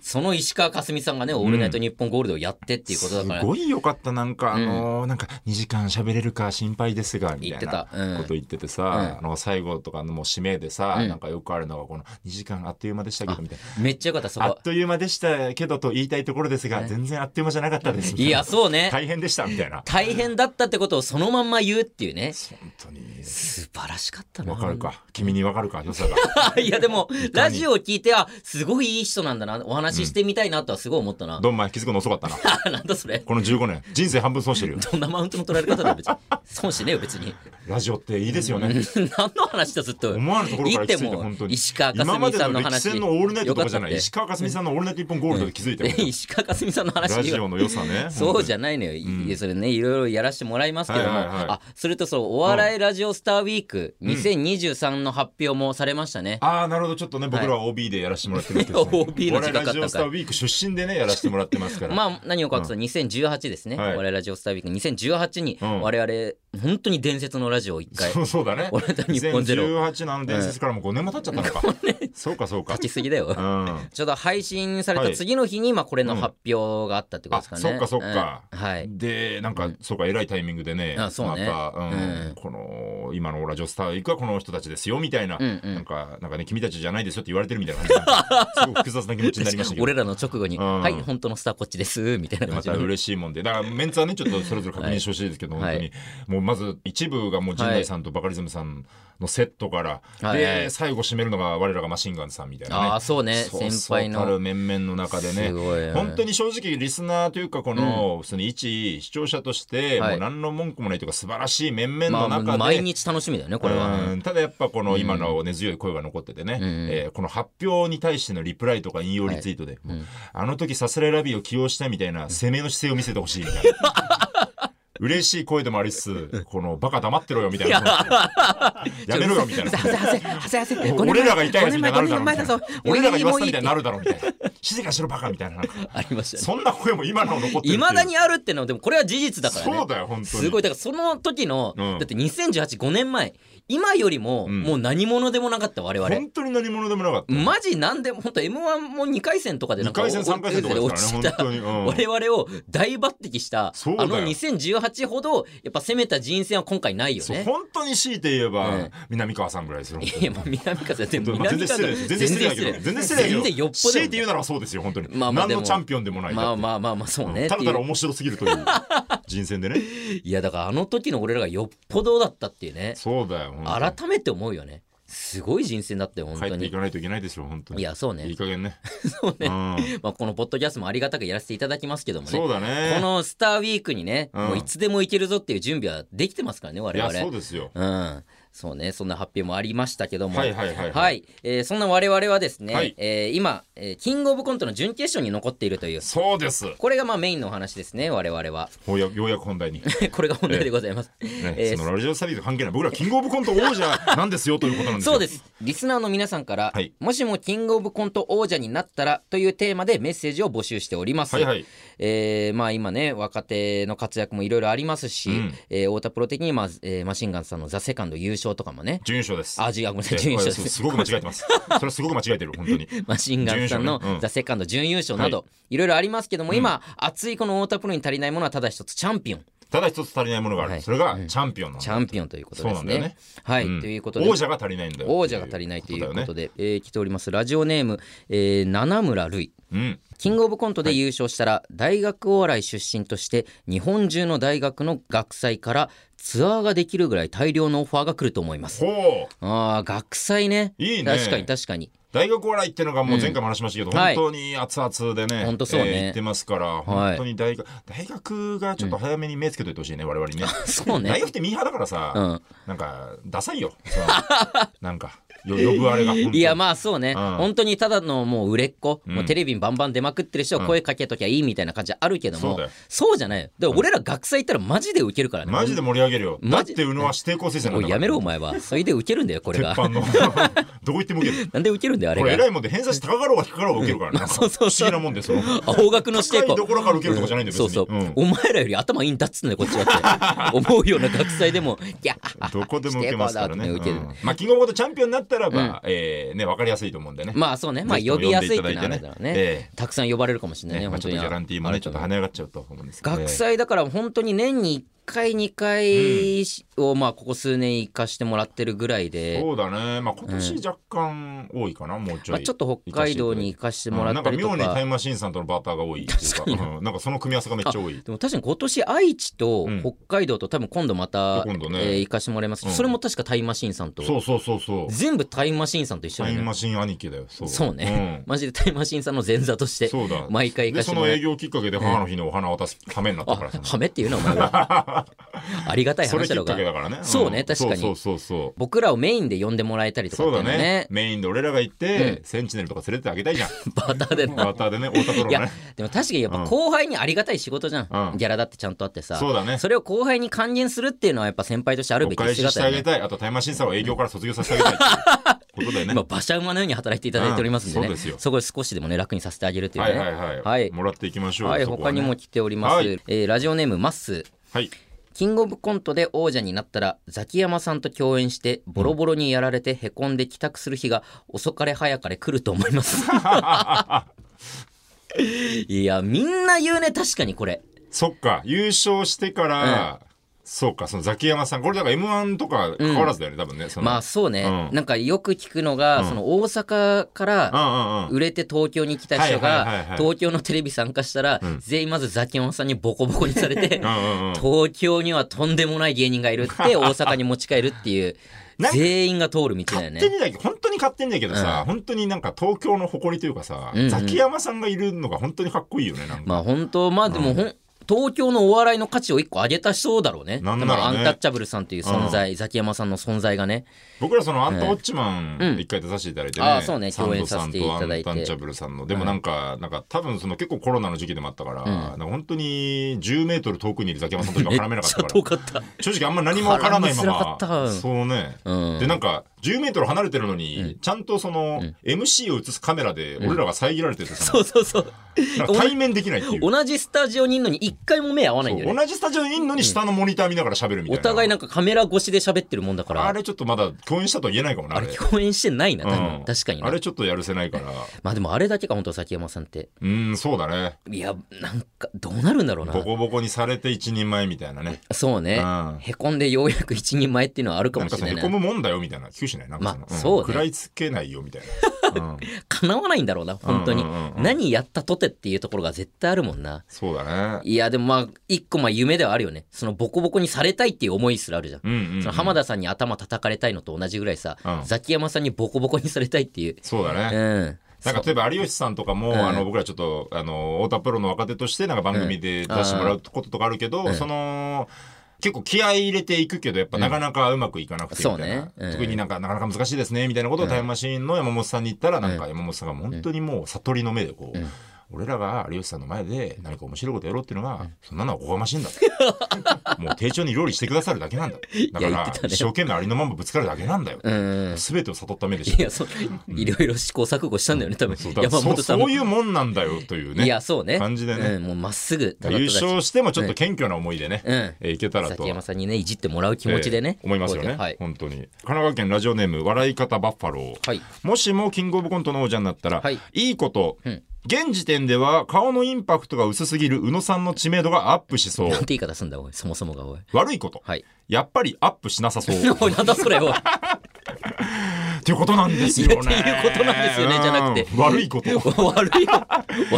A: その石川佳純さんがね「オールナイトニッポンゴールド」をやってっていうことだから
B: すごいよかったなんかあのーなんか2時間喋れるか心配ですがみたい
A: 言っ
B: な
A: てたうん
B: こと言っててさ、
A: う
B: あの最後とかのもう締めでさ、
A: うん
B: なんかよくあるのがこの2時間あっという間でしたけどみたいな。
A: めっちゃよかったそ
B: あっ
A: こと
B: いう間でしたけどと言いたいところですが、全然あっという間じゃなかったですみた
A: い
B: いな
A: やそうね
B: 大変でしたみたいな
A: 大変だったってことをそのまんま言うっていうね
B: 本当に
A: 素晴らしかったな
B: わかるか君にわかるか良さ が
A: いやでも
B: かに
A: ラジオを聞いてあすごいいい人なんだなお話ししてみたいなとはすごい思ったな、
B: どんまい気づくの遅かったな
A: あ なんだそれ
B: この15年人生半分損してるよ
A: どんなマウントの取られ方だよ別に損しねえよ別 に
B: ラジオっていいですよね
A: 何の話だずっと
B: 思わぬところから行き着い
A: いってて
B: 本当
A: も
B: に
A: 石川佳純さんの
B: 今までの歴
A: 話
B: 戦のオールナイトとかじゃない
A: よ
B: 石
A: っ
B: 川佳純さんの「オールナイト一本ゴールド」で気づい
A: た
B: て
A: っ
B: も
A: てで石川佳純さんの 話
B: ラジオの良さね
A: そうじゃないのよ、いいやそれねいろいろやらせてもらいますけども、
B: はいはいはい
A: あそれとそうお笑いラジオスターウィーク2023の発表もされましたね、
B: ああーなるほどちょっとね僕らは OB でやらせてもらってるんですけ ど、ね、
A: いや OB の時
B: 我々
A: 間かかったから
B: ラジオスターウィーク出身でねやらせてもらってますか ら、
A: まあ何を隠そう2018ですね、
B: は
A: 我
B: い
A: 々ラジオスターウィーク2018に
B: うん
A: 我々本当に伝説のラジオを一回
B: そうそうだね
A: 俺と日本ゼロ
B: 2018のあの伝説からも5年も経っちゃったのか、そうかそうか
A: 立ちすぎだよ、
B: うん
A: ちょうど配信された次の日に、まあこれの発表があったってことですかね、
B: うんあそっかそっか
A: うんはい
B: でなんか、そうか偉いタイミングでね
A: あそうね
B: また、うん
A: うん
B: この今のラジオスターウィークはこの人たちですよみたいな、
A: うんうん
B: なんかなんかね君たちじゃないですよって言われてるみたいな感じで すごく複雑な気持ちになりましたけど
A: 俺らの直後に「
B: うん
A: はい本当のスターこっちです」みたいな
B: でま
A: 感じ
B: た
A: で、
B: 嬉しいもんでだからメンツはねちょっとそれぞれ確認してほしいですけど、
A: はい
B: 本当にもうまず一部がもう陣内さんとバカリズムさんのセットから、
A: はいは
B: で
A: い
B: 最後締めるのが我らがマシンガンズさんみたいなね
A: ああそうね
B: そう
A: 先輩
B: そうたる
A: の
B: 面々の中でね
A: すごいね
B: 本当に正直リスナーというかこの、その一視聴者として、
A: はい
B: もう何の文句もないというか素晴らしい面々
A: ま
B: の
A: あ
B: 中で、
A: 毎日楽しみだよねこれは、
B: うんただやっぱこの今の根強い声が残っててね、えーこの発表に対してのリプライとか引用リツイートで、もうあの時さすらいラビーを起用したみたいな攻めの姿勢を見せてほしいみたいな。 嬉しい声でもありつつ、このバカ黙ってろよみたいな。やめろよみたいな。俺らが痛いやつみたいになるだろうみたいな。俺らが言わせたみたいになるだろうみたいな。静かにしろバカみたいな。なんか
A: ありましたね
B: そんな声も今の残ってるっていう。
A: いまだにあるってのはでもこれは事実だからね
B: そうだよ、本当に。
A: すごいだからその時の、
B: うん
A: だって20185年前今よりも、
B: ん
A: もう何者でもなかった我々
B: 本当に何者でもなかった。
A: マジなんでも本当 m 1も2回戦とかでなんか
B: 2回戦3回戦とか
A: 落
B: で
A: ち
B: す
A: て
B: からね
A: た
B: 本当にうん
A: 我々を大抜擢したあ
B: そうだよ
A: の2018ほどやっぱ攻めた人選は今回ないよ
B: そう
A: ね。
B: 本当に強いて言えば、
A: うん
B: 南川さんぐらいですよ。本当
A: い
B: に
A: やまあ南風で
B: まあ全
A: 南
B: 然失
A: 風
B: 礼です全然失礼だけど全然失礼だけど
A: 全然よっぽど
B: 強いて言うならそうですよ本当に、
A: まあまあで
B: 何
A: も
B: のチャンピオンでもない
A: ま
B: だ
A: あ
B: って
A: まあまあまあそうね
B: ただ
A: って
B: た
A: い
B: だ
A: う
B: 面白すぎるという人選でね
A: いやだからあの時の俺らがよっぽどだったっていうね
B: そうだよ本当に
A: 改めて思うよねすごい人選だって本
B: 帰
A: 当
B: ってい
A: に
B: かないといけないですよ本当に
A: いやそうね
B: いい加減ね
A: そうね
B: うん
A: まあこのポッドキャストもありがたくやらせていただきますけどもね
B: そうだね
A: このスターウィークにね、
B: うん
A: もういつでも行けるぞっていう準備はできてますからね、
B: い
A: 我
B: や
A: 々。
B: そうですよ
A: うん。そうね、そんな発表もありましたけども。
B: はいはいはいはい
A: えーそんな我々はですね、
B: はい
A: えー今、えーキングオブコントの準決勝に残っているという、
B: そうです
A: これがまあメインのお話ですね、我々は。
B: ようやようやく本題に、ね
A: これが本題でございます。えー
B: そのラジオサビと関係ない僕らキングオブコント王者なんですよということなんですよ
A: そうです。リスナーの皆さんから、
B: はい
A: もしもキングオブコント王者になったらというテーマでメッセージを募集しております。
B: はいはい
A: えーまあ今ね、若手の活躍もいろいろありますし、
B: うん
A: えー太田プロ的に、まあえーマシンガンズさんのザ・セカンド優勝とかもね、
B: 準優勝です
A: あ、違う、ごめんなさ
B: え
A: い、準優勝
B: こ
A: で
B: れ
A: す。
B: すごく間違えてますそれはすごく間違えてる本当に
A: マシンガンズさんの
B: 準優勝ねうん
A: ザ・セカンド準優勝など、いろいろありますけども、今、熱いこの太田プロに足りないものはただ一つ、チャンピオン。
B: ただ一つ足りないものがある、
A: はい
B: それが
A: うん
B: チャンピオンなんだ
A: チャンピオンということで
B: そ
A: す
B: うなんだ
A: ね。
B: よね
A: はい、
B: うん
A: ということで
B: 王者が足りないんだよ
A: 王者が足りないということ
B: で、
A: で、えー来ておりますラジオネーム、えー七村塁
B: うん、
A: キングオブコントで優勝したら、大学お笑い出身として日本中の大学の学祭からツアーができるぐらい大量のオファーが来ると思います。
B: ほう
A: ああ学祭ね
B: いいね
A: 確かに確かに
B: 大学お笑いっていうのがもう前回も話しましたけど、
A: うんはい
B: 本当に熱々でね、
A: 本当そうね
B: えー言ってますから
A: はい
B: 本当に大学、大学がちょっと早めに目つけといてほしいね、我々にね
A: そう
B: 大
A: ね
B: 学ってミーハーだからさ、
A: うん
B: なんかダサいよそのなんかよ呼ぶあれが本当に
A: いやまあそうね、
B: うん
A: 本当にただのもう売れっ子、
B: うん
A: もうテレビにバンバン出まくってる人は声かけときゃいいみたいな感じあるけど
B: そ
A: も、
B: うだよ
A: そうじゃないよで俺ら学祭行ったらマジでウケるからね
B: マジで盛り上げるよだっ
A: マジ
B: て宇野は指定校推薦な
A: お
B: んだ
A: い
B: から
A: やめろお前はそれでウケるんだよこれ
B: 鉄
A: が
B: 板の どこ行っても受ける
A: なんでウケるんだよあ
B: これ
A: れが
B: 偉いもんで偏差値高かろうが低かろうが受けるからね、
A: そうそう
B: 不
A: そう
B: 思議なもんでその
A: あ 方角の指定
B: 高い
A: 校
B: どころから受けるとかじゃないんだよ、
A: そう
B: 別に
A: そう、
B: ん
A: お前らより頭いいんだっつってんだよこっち はって思うような学祭でもいや
B: どこでも受けますからね。
A: 指定校だって
B: うんまあ、キングオブコントチャンピオンになったらば、えーね、わかりやすいと思うんでね。
A: まあそうねまあ
B: ぜひと
A: 呼
B: も
A: びやすいって
B: 呼
A: い
B: んで
A: うのはあるか
B: ただ
A: ら
B: いて
A: ね
B: ね
A: たくさん呼ばれるかもしれないね
B: ねまあ、
A: 本当
B: ちょっ
A: に
B: とギャランティーも
A: あ
B: ね、
A: る
B: ち
A: と
B: ょっと
A: 思う
B: 跳ね上がっちゃうと思うんですけど、
A: 学祭だから本当に年に1回2回をまあここ数年行かしてもらってるぐらい
B: えー
A: で、
B: そうだね、まあ、今年若干多いかな、もうちょい。
A: まあ、ちょっと北海道に行かしてもら
B: な
A: っ
B: ん
A: た
B: か
A: りと
B: 妙
A: か,、
B: にタイムマシーンさんとのバーターが多いっていうか、うんなんかその組み合わせがめっちゃ多い。
A: でも確かに今年愛知と
B: うん
A: 北海道と多分今度また、
B: 今度ね
A: えー行かしてもらいます、
B: うん
A: それも確かタイムマシーンさんと
B: そうそうそうそう。
A: 全部タイムマシーンさんと一緒
B: タ
A: だ
B: イム
A: よね
B: マシーン兄貴だよ。そう
A: そうね、マジでタイムマシーンさんの前座とし
B: う
A: て
B: んそうだ。
A: 毎回行
B: で、
A: かして
B: そ
A: も
B: の
A: ら
B: 営
A: い
B: 業きっかけで母の日のお花を渡すためになったから
A: あ、ハメっていうのお前は ありがたい
B: それ
A: 話
B: き
A: だろ
B: っ
A: うが
B: かけだからね。ん
A: そうね確かに
B: そうそうそうそう。
A: 僕らをメインで呼んでもらえたりとかっ
B: そ
A: て
B: う
A: いう
B: だ
A: のは
B: ね
A: ね
B: メインで俺らが行って、センチネルとか連れてってあげたいじ ゃん
A: バターでな
B: バーターでね太田プロ
A: い
B: の
A: や
B: ね
A: でも確かにやっぱ後輩にありがたい仕事じゃん、
B: うん
A: ギャラだってちゃんとあってさ
B: そうだね
A: れを後輩に還元するっていうのはやっぱ先輩としてある
B: お
A: べき
B: 返しして
A: 姿
B: あ
A: よ
B: げ
A: ね
B: たいあとタイマー審査を営業から卒業させてあげたいってい うことだよね
A: 今馬車馬のように働いていただいておりますんでね、
B: うんそうですよ
A: こで少しでもね楽にさせてあげるっていう
B: は
A: ね
B: いはいはい、
A: はい
B: もらっていきましょうよ
A: はい
B: そこ
A: 他
B: はね
A: にも来ております、
B: はい
A: えーラジオネームマッスー
B: はい
A: キングオブコントで王者になったらザキヤマさんと共演してボロボロにやられてへこんで帰宅する日が遅かれ早かれ来ると思います いやみんな言うね確かにこれ
B: そっか優勝してから、そうかそのザキヤマさんこれだから m 1とか関わらずだよね、多分ねその
A: まあそうね、
B: うん
A: なんかよく聞くのが、その大阪から
B: あうんうんうん
A: 売れて東京に来た人
B: はいはいはい
A: が
B: はい
A: 東京のテレビ参加したら、全員まずザキヤマさんにボコボコにされて、
B: うんうんうん
A: 東京にはとんでもない芸人がいる って大阪に持ち帰るっていう
B: なんか
A: 全員が通る道だよ
B: 勝手
A: ね。
B: にだけど本当に勝手にだけどさ、本当になんか東京の誇りというかさ、
A: うんうん
B: ザキヤマさんがいるのが本当にかっこいいよねなんか、
A: まあ本当まあでもほん、東京のお笑いの価値を一個上げた人だろうね。
B: なんな
A: で
B: ら
A: も
B: ね
A: アンタッチャブルさんという存在、ザキヤマさんの存在がね。
B: 僕らそのアンタウォッチマン一回出させていただいてね、
A: うんあーそうね
B: サンド
A: 共演させていただいて
B: さんとアンタンチャブルさんのでもなんか、なんか多分その結構コロナの時期でもあったから、なんか本当に10メートル遠くにいるザキヤマさんとしか
A: めっ
B: 絡めなかっ
A: ち
B: た
A: ゃ
B: から
A: 遠かった。
B: 正直あんま何もわからないま
A: 絡みづらかっ
B: ま
A: た
B: そうね、
A: うん
B: でなんか10メートル離れてるのに、ちゃんとその MC を映すカメラで俺らが遮られててさ、
A: そうそうそう。
B: なんか対面できないっていう
A: 同じスタジオにいるのに一回も目合わないんだよね。
B: 同じスタジオにいんのに下のモニター見ながら喋るみた
A: お
B: いな、
A: 互いなんかカメラ越しで喋ってるもんだから、
B: あ
A: あれ
B: れちょっとまだ共演したとは言えないかもなあれ
A: 共演してないな、多分
B: うん
A: 確かに
B: あ
A: ね。
B: れちょっとやるせないから
A: まあでもあれだけか、本当崎山さんって。
B: うんそうだね
A: いや、なんか、どうなるんだろうな
B: ボ。コボコにされて一人前みたいなね。
A: そうね
B: うん。
A: へこんでようやく一人前っていうのはあるか
B: な
A: も
B: んか
A: し
B: そ
A: れ
B: のへ
A: な
B: こ
A: い。
B: むもんだよみたいな。九死ないなんか
A: まあ
B: のん
A: そうね
B: 食らいつけないよみたいな。うん
A: 叶わないんだろうな、本当に
B: うんうんうんう。ん
A: 何やったとてっていうところが絶対あるもんな。
B: そうだね。
A: いや、でもまあ、一個まあ夢ではあるよね。そのボコボコにされたいっていう思いすらあるじゃん。
B: うんうんうん
A: その浜田さんに頭叩かれたいのと同じぐらいさ、
B: うん
A: ザキヤマさんにボコボコにされたいっていう。
B: そうだ
A: う
B: ね。
A: ん。
B: なんか例えば有吉さんとかも、
A: ん
B: あの僕らちょっとあの太田プロの若手としてなんか番組で出してもらうこととかあるけど、その結構気合い入れていくけどやっぱなかなかうまくいかなくて
A: うん
B: みたいな、
A: そうねうん
B: 特になんかなかなか難しいですねみたいなことをタイムマシーンの山本さんに言ったらなんか山本さんが本当にもう悟りの目でこう。俺らが有吉さんの前で何か面白いことやろうっていうのが、そんなのはおこがましいんだ ともう丁重に料理してくださるだけなんだだか
A: いや言って
B: ら
A: たね
B: 一生懸命ありのままぶつかるだけなんだよ、
A: うん。
B: 全てを悟った目でし
A: い
B: た
A: や、そう、いろいろ試行錯誤したんだよね、多分
B: そう。だか ら
A: 山本さん
B: そ
A: も
B: う。いうもんなんだよというね
A: いや、そうね。
B: 感じでね
A: うん、もうまっすぐ、ただただ
B: 優勝してもちょっと謙虚な思いでね、
A: うん
B: えーいけたらと
A: 崎山さんにね、いじってもらう気持ちでね。
B: えー思いますよね、
A: はい。
B: 本当に神奈川県ラジオネーム笑い方バッファロー、
A: はい
B: もしもキングオブコントの王者になったら、
A: はい
B: い、いこと、
A: うん
B: 現時点では顔のインパクトが薄すぎる宇野さんの知名度がアップ しそう
A: なんて言い方すんだおいそもそもがおい
B: 悪いこと
A: はい
B: やっぱりアップしな さそうっ
A: おいなんだそれおい
B: ていうことなんですよね
A: いやっていうことなんですよねじゃなくて
B: うん悪いこと
A: 悪いよ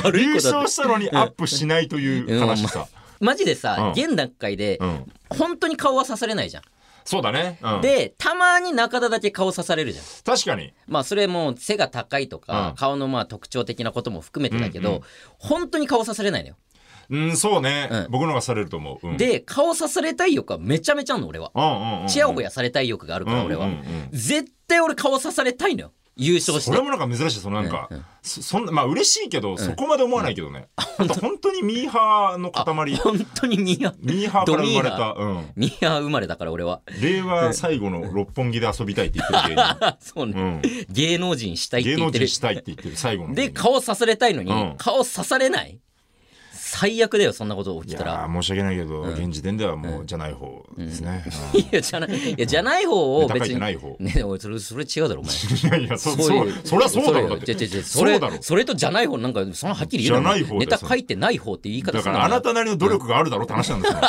A: 悪
B: 優
A: いことだっ
B: 勝
A: て
B: したのにアップしないという悲しさ、
A: マジでさ、
B: うん
A: 現段階で、
B: うん、
A: 本当に顔は刺されないじゃん、
B: そうだね、うん、
A: でたまに中田だけ顔刺されるじゃん
B: 確かに
A: まあそれも背が高いとか、
B: うん
A: 顔のまあ特徴的なことも含めてだけど、
B: うんうん
A: 本当に顔刺されないのよ、
B: うんそうね、
A: うん
B: 僕のがされると思う、うん、
A: で顔刺されたい欲はめちゃめちゃあんの俺は
B: うんうんうんうん
A: ちやほやされたい欲があるから俺は、
B: うんうんうん
A: 絶対俺顔刺されたいのよ優勝し
B: そ
A: て
B: れもなんか珍しいそのなんか、
A: うんうん
B: そそんなまあ嬉しいけど、そこまで思わないけどね、あと本当にミーハーの塊
A: 本当にミーハー
B: ミーハーから生まれ
A: ドミー
B: た、うん、
A: ミーハー生まれだから俺は
B: 令和最後の六本木で遊びたいって言ってる
A: そうね、
B: 芸人、うん、
A: 芸能人したいって
B: 芸
A: 言
B: 能
A: ってる
B: 人したいって言ってる最後の芸
A: で
B: 人
A: 顔刺されたいのに、
B: うん
A: 顔刺されない最悪だよそんなこと
B: い
A: 起き
B: や
A: たら
B: ー申し訳ないけど、現時点ではもうじゃない方ですね、う ん
A: いやじゃないいやじゃない方を
B: 高い
A: 別
B: じ
A: に
B: ゃない方
A: ねおいそれそれ違うだろお前
B: いやいや そそうそりゃそうだろだっ
A: それ違う違う違
B: て
A: うそれ
B: うだろ
A: それとじゃない方なんかそのはっきり言うな
B: じゃない方
A: ネ
B: で
A: タ
B: す
A: 書いてない方って言い方
B: だ
A: す
B: か
A: る
B: らあな
A: た
B: たなりの努力があるだろって話なんで すよ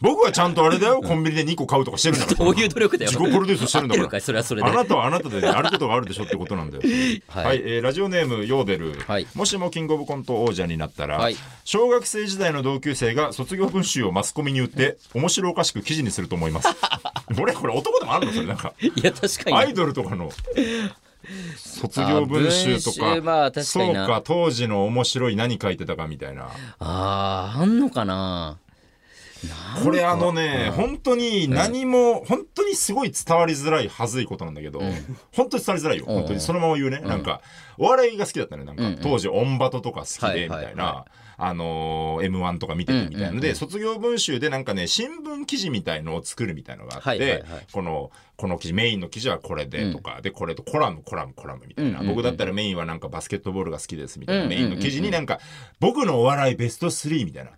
B: 僕はちゃんとあれだよコンビニで2個買うとかしてるんだから
A: どういう努力だよ
B: 自己プロデュースしてるんだ
A: 合って
B: か
A: るからいそれはそれで
B: あなたはあなたであることがあるでしょってことなんだよ。
A: は
B: はいい、えーラジオネームヨーデル、
A: はい
B: もしもキングオブコント王者になったら、
A: はい
B: 小学生時代の同級生が卒業文集をマスコミに売って面白おかしく記事にすると思います。俺これ男でもあるのそれなんか
A: いや確か
B: ア
A: に
B: イドルとかの卒業文集と
A: あ
B: か
A: 文集まあ確か
B: そ
A: に
B: う
A: な
B: か当時の面白い何書いてたかみたいな。
A: あーあんのかな
B: これあのね、本当に何も、本当にすごい伝わりづらいはずいことなんだけど、本当に伝わりづらいよ、
A: ん
B: 本当にそのまま言うね、なんかお笑いが好きだったねなんか、
A: うんうん
B: 当時オンバトとか好き
A: はい
B: でみ
A: はい
B: たいな、あの m 1とか見ててみたいなので、
A: うんうんうん
B: 卒業文集でなんかね新聞記事みたいのを作るみたいのがあって、
A: はいはいはい
B: このこの記事メインの記事はこれでとか、でこれとコラムコラムコラムみた
A: う
B: いな、
A: んうんうん
B: 僕だったらメインはなんかバスケットボールが好きですみたいな、
A: うんうんうん
B: メインの記事になんか僕のお笑いベスト3みたいな。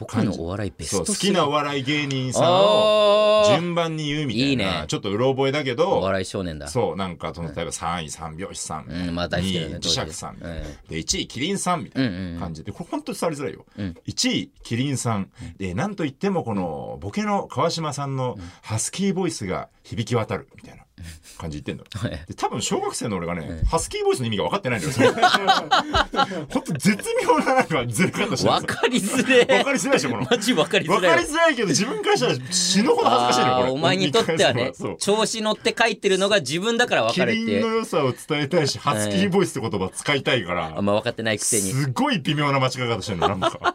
A: 僕のお笑いベス
B: そう
A: ト
B: 好
A: ス
B: きなお笑い芸人さんを
A: あー
B: 順番に言うみたいな
A: あーいいね
B: ちょっとうろ覚えだけ
A: お
B: ど
A: 笑い少年だ
B: そうなんかその例えば3位三拍子さん、
A: うんまあ大好きだよね
B: 2位
A: 当
B: 磁
A: 時
B: 石さんみたいな、
A: うん
B: で1位キリンさんみたい
A: うんうんうん
B: な感じで、これ本当に伝わりづらいよ、
A: うん
B: 一1位キリンさんでなんといってもこのボケの川島さんのハスキーボイスが響き渡るみたいな感じ言ってん
A: は
B: だよ
A: い
B: で多分小学生の俺がね、ハスキーボイスの意味が分かってないん だよ本当絶妙ななんかずれ方してる
A: わかりづれ
B: 分
A: え
B: かりづらいでしょこの
A: マジわかりづ
B: わ
A: ら
B: か
A: い
B: りづらいけど自分からしたら死ぬほど 恥ずかしいのよこ
A: あー
B: れ
A: お前にとってはね
B: そう
A: 調子乗って書いてるのが自分だから分
B: キ
A: かるっ
B: リ
A: てい
B: ンの
A: う
B: 良さを伝えたいしハスキーボイスって言葉使いたいから、
A: あんま分かってないくせに
B: すごい微妙な間違い方してるのなんか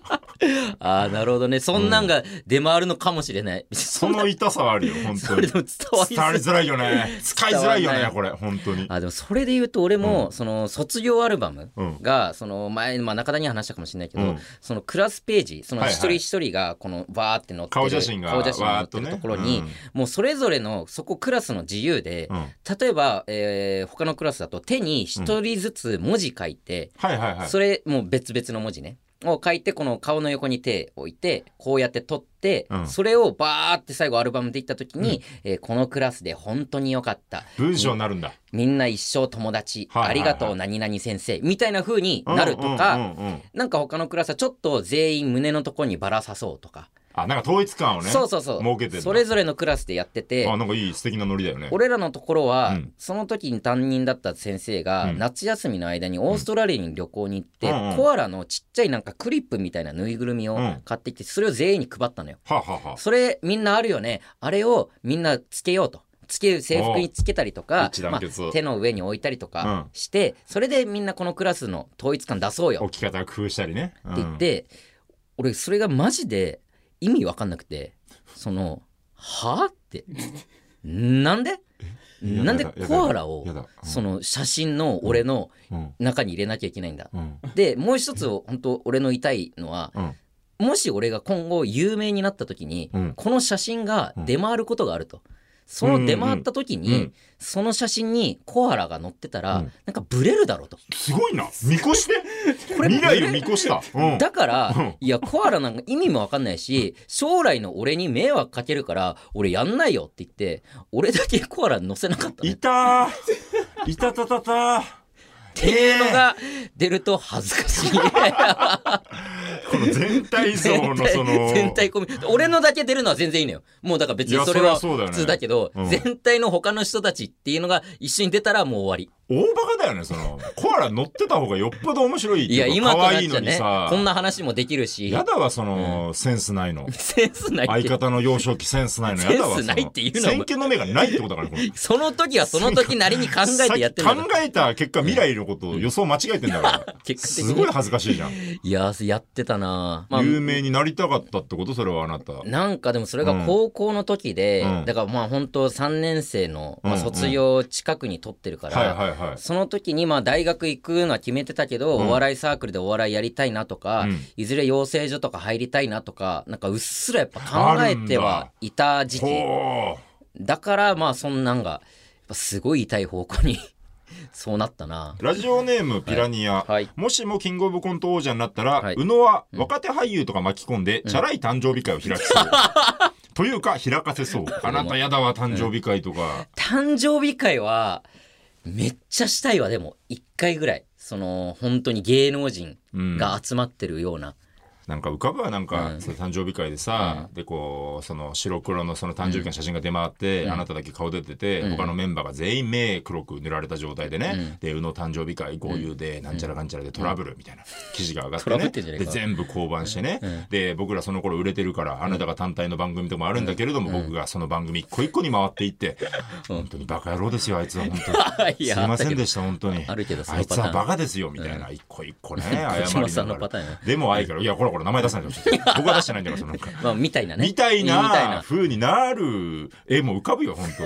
A: ああなるほどねそんなんが出回るのかもしれない、 そ
B: そ
A: んな
B: の痛さはあるよ本当
A: これ
B: に
A: でも伝わり
B: 伝わ
A: づ
B: り
A: らい
B: づらいよね使いづらいよ
A: 伝わ
B: ね
A: ん
B: これ本当に
A: あでもそれで言うと俺も、その卒業アルバム
B: うん
A: が、その前、まあ、中田には話したかもしれないけど、
B: うん
A: そのクラスページその
B: はいはい
A: 一人一人がこのバーって載ってる
B: 顔写真が
A: 顔写真が
B: わ
A: 載
B: ー
A: っ
B: っと
A: てる
B: ね
A: ところに、もうそれぞれのそこクラスの自由で、
B: うん
A: 例えば、えー他のクラスだと手に一人ずつ文字書いて、
B: はいはいはい
A: それもう別々の文字ねを書いてこの顔の横に手を置いてこうやって取って、
B: うん
A: それをバーって最後アルバムでいった時に、えーこのクラスで本当に良かった
B: 文章になるんだ
A: みんな一生友達、
B: はいはいはい
A: ありがとう何々先生みたいな風になるとか、
B: うんうんうんうん
A: なんか他のクラスはちょっと全員胸のところにバラさそうとか、
B: あなんか統一感をね
A: そうそうそう
B: 設けてんだ
A: それぞれのクラスでやってて
B: あなんかいい素敵なノリだよね
A: 俺らのところは、
B: うん
A: その時に担任だった先生が、
B: うん
A: 夏休みの間にオーストラリアに旅行に行って、
B: うんうん
A: コアラのちっちゃいなんかクリップみたいなぬいぐるみを
B: うん
A: 買ってきてそれを全員に配ったのよ。
B: はあはあは
A: それみんなあるよねあれをみんなつけようと。つける制服につけたりと
B: お
A: か
B: う一致、団結
A: 手の上に置いたりとか
B: うん
A: して、それでみんなこのクラスの統一感出そう
B: あ
A: よ
B: 置き方工夫したりね
A: って言って、俺それがマジで意味わかんなくてその「はあ?」ってなんで
B: やだ
A: なんで
B: やだ
A: コアラを
B: やだうん
A: その写真の俺の
B: うんうん
A: 中に入れなきゃいけないんだ。
B: うん
A: でもう一つ本当俺の言いたいのは
B: うん
A: もし俺が今後有名になった時に
B: うん
A: この写真が出回ることがあると。その出回った時
B: うんう
A: に
B: ん
A: その写真にコアラが載ってたら
B: うん
A: なんかブレるだろうと。
B: すごいな見越して
A: これ
B: 未来を見越した、うん、
A: だから、
B: うん
A: いや、コアラなんか意味もわかんないし、将来の俺に迷惑かけるから、俺やんないよって言って、俺だけコアラ乗せなかった、
B: い
A: ね。
B: たーいたたたたー
A: っていうのが出ると恥ずかしい。
B: この全体像
A: 全
B: のその
A: 体全体込み俺のだけ出るのは全然いいのよもうだから別
B: い
A: に
B: や
A: それは
B: そりゃそうだよ
A: 普
B: ね
A: 通だけど
B: うん
A: 全体の他の人たちっていうのが一緒に出たらもう終わ
B: 大バカだよねそのコアラ乗ってた方がよっぽど面白いって
A: りいや
B: いうか
A: 今と
B: 可
A: なっ
B: 愛い
A: ち
B: の
A: ゃ
B: に
A: ね
B: さ
A: こんな話もできるし
B: やだわその、センスないの
A: センスないっ
B: 相
A: て
B: 方の幼少期センスないのやだわ
A: センスないっていうの
B: その先見の目がないってことだからこれ
A: その時はその時なりに考えてやってるん
B: さ
A: だ
B: っき考えた結果未来のことを予想間違えてんだから
A: 結果
B: す
A: 的
B: ごい
A: に
B: 恥ずかしいじゃん、
A: いややってたなまあ
B: 有名になりたかったってことそれはあなた
A: なんかでもそれが高校の時で、
B: うん
A: だからまあ本当3年生の、まあ、
B: うんうん
A: 卒業近くに取ってるから、
B: はいはいはい
A: その時にまあ大学行くのは決めてたけど、
B: うん
A: お笑いサークルでお笑いやりたいなとか、
B: うん
A: いずれ養成所とか入りたいなとかなんかうっすらやっぱ考えてはいた時期
B: ほ
A: だからまあそんなんがやっぱすごい痛い方向に そうなったな
B: うラジオネームピラニア、
A: はい
B: もしもキングオブコント王者になったら、
A: はい
B: 宇野は若手俳優とか巻き込んで、チャラい誕生日会を開き そう。というか、開かせそう。あなたやだわ、誕生日会とか。
A: 誕生日会はめっちゃしたいわでも1回ぐらいその本当に芸能人
B: うん
A: が集まってるような、
B: なんか浮かぶわ、なんか、
A: うん
B: その誕生日会でさ、で、こう、その白黒のその誕生日会の写真が出回って、あなただけ顔出てて、他のメンバーが全員目黒く塗られた状態でね、で、宇野誕生日会合流で、なんちゃらかんちゃらでトラブルみたいな記事が上がって
A: トラブ
B: ね、
A: ってんじゃねえ
B: で、
A: か
B: 全部降板してね、で僕らその頃売れてるからあなたが単体の番組とかもあるんだけれども、僕がその番組一個一個に回っていって、本当にバカ野郎ですよあいつは本当に
A: い
B: すい
A: や
B: ませんでした本当に
A: あるけどその
B: あいつ
A: パター
B: は
A: ン
B: バカですよみたいな、一個一個ね謝
A: 島
B: り
A: さ
B: なん
A: の
B: が
A: パター
B: ら
A: ンや
B: でもあいから「いやこらこら名前出さないでほしい」僕は出してないんだからそのなんか。
A: まあ、みたいなね
B: みたい
A: みたい
B: な
A: な
B: 風になる絵も浮かぶよ本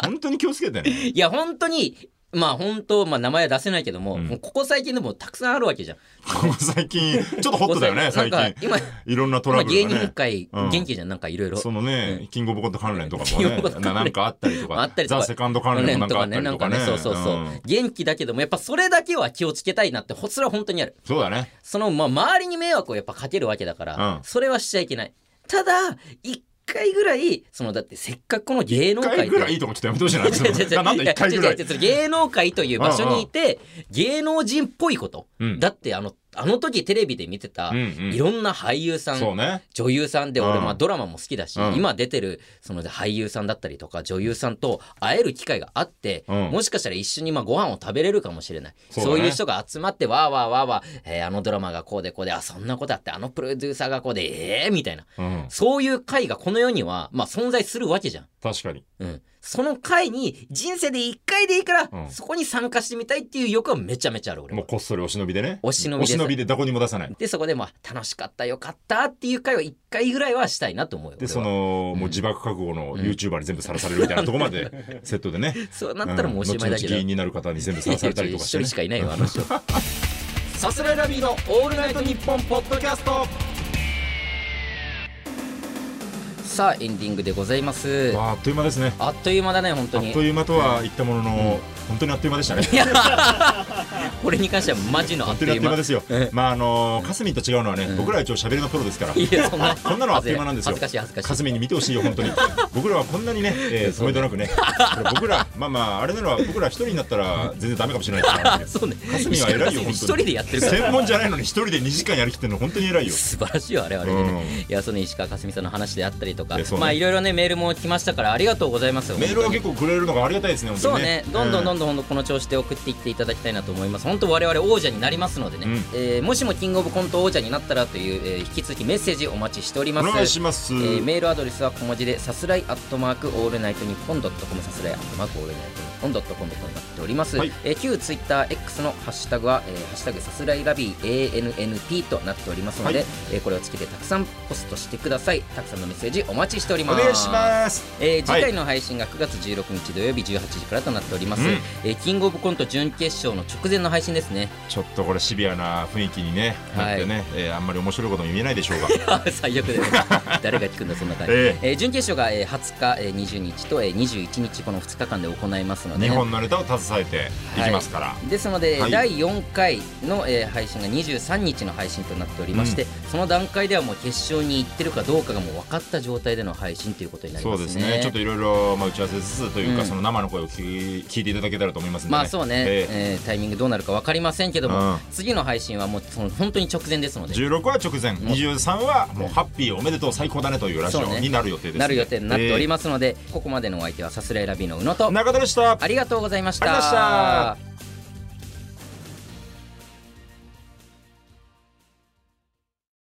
B: 当本当に気をつけてね
A: いや、本当に、まあ本当、まあ名前は出せないけども、もうここ最近でもたくさんあるわけじゃん。
B: ここ最近ちょっとホットだよね
A: ここ
B: 最
A: なんか
B: 近
A: 今、
B: いろんなト
A: 今
B: ラブル
A: 芸
B: がね
A: 人界、
B: うん
A: 元気じゃん、なんかいろいろ。
B: そのね、キングオブコント関連とかも
A: キングオ
B: ね
A: ブコント関
B: な
A: 連
B: なんかあったりとか
A: あったりとか
B: ザ・セカンド関連もなんかあったり
A: な
B: と
A: ん
B: か
A: か
B: ね
A: ね、そうそうそう。
B: ん
A: 元気だけども、やっぱそれだけは気をつけたいなって、ほそれは本当にある。
B: そうだね
A: その、まあ周りに迷惑をやっぱかけるわけだから、
B: うん
A: それはしちゃいけない。ただ、一回ぐらい、その、だってせっかくこの芸能
B: 一
A: 界
B: 回
A: で
B: ぐらい いいとこちょっとやめてほしいな
A: 違う違う違う
B: ななんだ一回ぐら
A: 違う違
B: いう
A: 違う芸能界という場所にいて芸能人っぽいこと、
B: うん
A: だってあのあの時テレビで見てた、
B: うんうん
A: いろんな俳優さん、
B: そうね
A: 女優さんで俺、
B: うん
A: まあ、ドラマも好きだし、
B: うん
A: 今出てるその俳優さんだったりとか女優さんと会える機会があって、
B: うん
A: もしかしたら一緒にまあご飯を食べれるかもしれないそ
B: そ
A: うう,、
B: だね
A: いう人が集まってわーわーわーわー、えーあのドラマがこうでこうであそんなことあってあのプロデューサーがこうでええー、みたいな
B: うん
A: そういう会がこの世には、まあ、存在するわけじゃん。
B: 確かに
A: うん、その回に人生で1回でいいから、
B: うん
A: そこに参加してみたいっていう欲はめちゃめちゃある俺
B: もう
A: は
B: こっそりお忍びでね
A: お忍びで
B: お忍びでどこにも出さない
A: でそこでまあ楽しかったよかったっていう回は1回ぐらいはしたいなと思うよ俺
B: で
A: は
B: そのもう自爆覚悟の YouTuber に全部さらされるみたいなとこま でセットでね
A: そうなったらもうおしまいだけど、
B: うん後々議員になる方に全部さらされたりとかし
A: 一人
B: てね
A: しかいないよあの人
B: さすらいラビーのオールナイトニッポンポッドキャスト
A: さあエンディングでございます
B: あっという間ですね
A: あっという間だね本
B: あ
A: 当
B: っ
A: に
B: という間とは言ったものの本当にあっという間でしたね
A: いやこれに関してはマジのあ
B: 本
A: っ
B: 当
A: と
B: にあ
A: い
B: っ
A: う
B: という間
A: 間
B: ですよ。まああのー、かすみんと違うのはね、僕らは一応喋りのプロですか ら。
A: いやそんな
B: こんなのあっという間なんですよ。
A: 恥ずかしい恥ずかしい。
B: かすみんに見てほしいよ本当に。僕らはこんなにね、えー、止めとなくね。これ僕らまあまああれなら僕ら一人になったら全然ダメかもしれないですからね
A: そうね
B: かすみんは偉いよ
A: 石川佳純
B: 本
A: 一
B: 当
A: 人
B: に。
A: でやってる から
B: 専門じゃないのに一人で2時間やりきってるの本当に偉いよ。
A: 素晴らしいよあれはあれでね、いやその石川佳純さんの話であったりとか、
B: えそうね
A: まあいろいろねメールも来ましたからありがとうございます
B: メールは結構くれるのがありがたいですね本当
A: そう
B: にね
A: ね。どんどんど
B: ん
A: んどんほんとこの調子で送っていっていただきたいなと思います本当我々王者になりますのでね、
B: うん
A: えーもしもキングオブコント王者になったらという、えー引き続きメッセージお待ちしております
B: お願いします。
A: えーメールアドレスは小文字でさすらいアットマークオールナイトニッポンドットコムさすらいアットマークオールナイトニッポンドットコムとなっております、
B: はい
A: えー旧ツイッター X のハッシュタグは、えーハッシュタグさすらいラビー ANNP となっておりますので、
B: はい
A: えーこれをつけてたくさんポストしてくださいたくさんのメッセージお待ちしており
B: お
A: ます
B: 願いします。
A: えー次回の配信が9月16日土曜日18時からとなっております、
B: うん
A: えーキングオブコント準決勝の直前の配信ですね
B: ちょっとこれシビアな雰囲気にね、
A: はい
B: なってね、えーあんまり面白いことも言えないでし ょうが。
A: 最 悪だよ誰が聞くんだそんな感じ、え
B: え
A: ー準決勝が、えー20日、えー20日と、えー21日この2日間で行いますの
B: ー、
A: で
B: 日本のネタを携えていきますから。
A: ですので、
B: はい
A: 第4回の、えー配信が23日の配信となっておりまして、その段階ではもう決勝に行ってるかどうかがもう分かった状態での配信ということになり
B: そ
A: ま
B: う
A: すね。
B: ですねちょっといろいろまあ打ち合わせつつというか、
A: うん
B: その生の声を聞き聞いていただけたらと思いますんで、ね、
A: まあそうね、
B: え
A: え
B: え
A: ータイミングどうなるか分かりませんけども、
B: うん
A: 次の配信はもうその本当に直前ですので
B: 16は直前23はもうハッピーおめでとう最高だねというラジオ
A: そうね
B: になる予定です、
A: なる予定になっており
B: ま
A: ますので、ここまでのお相手はさすらいラビーの宇野と
B: 中田でした
A: ありがとうございました。
B: ありがとうございました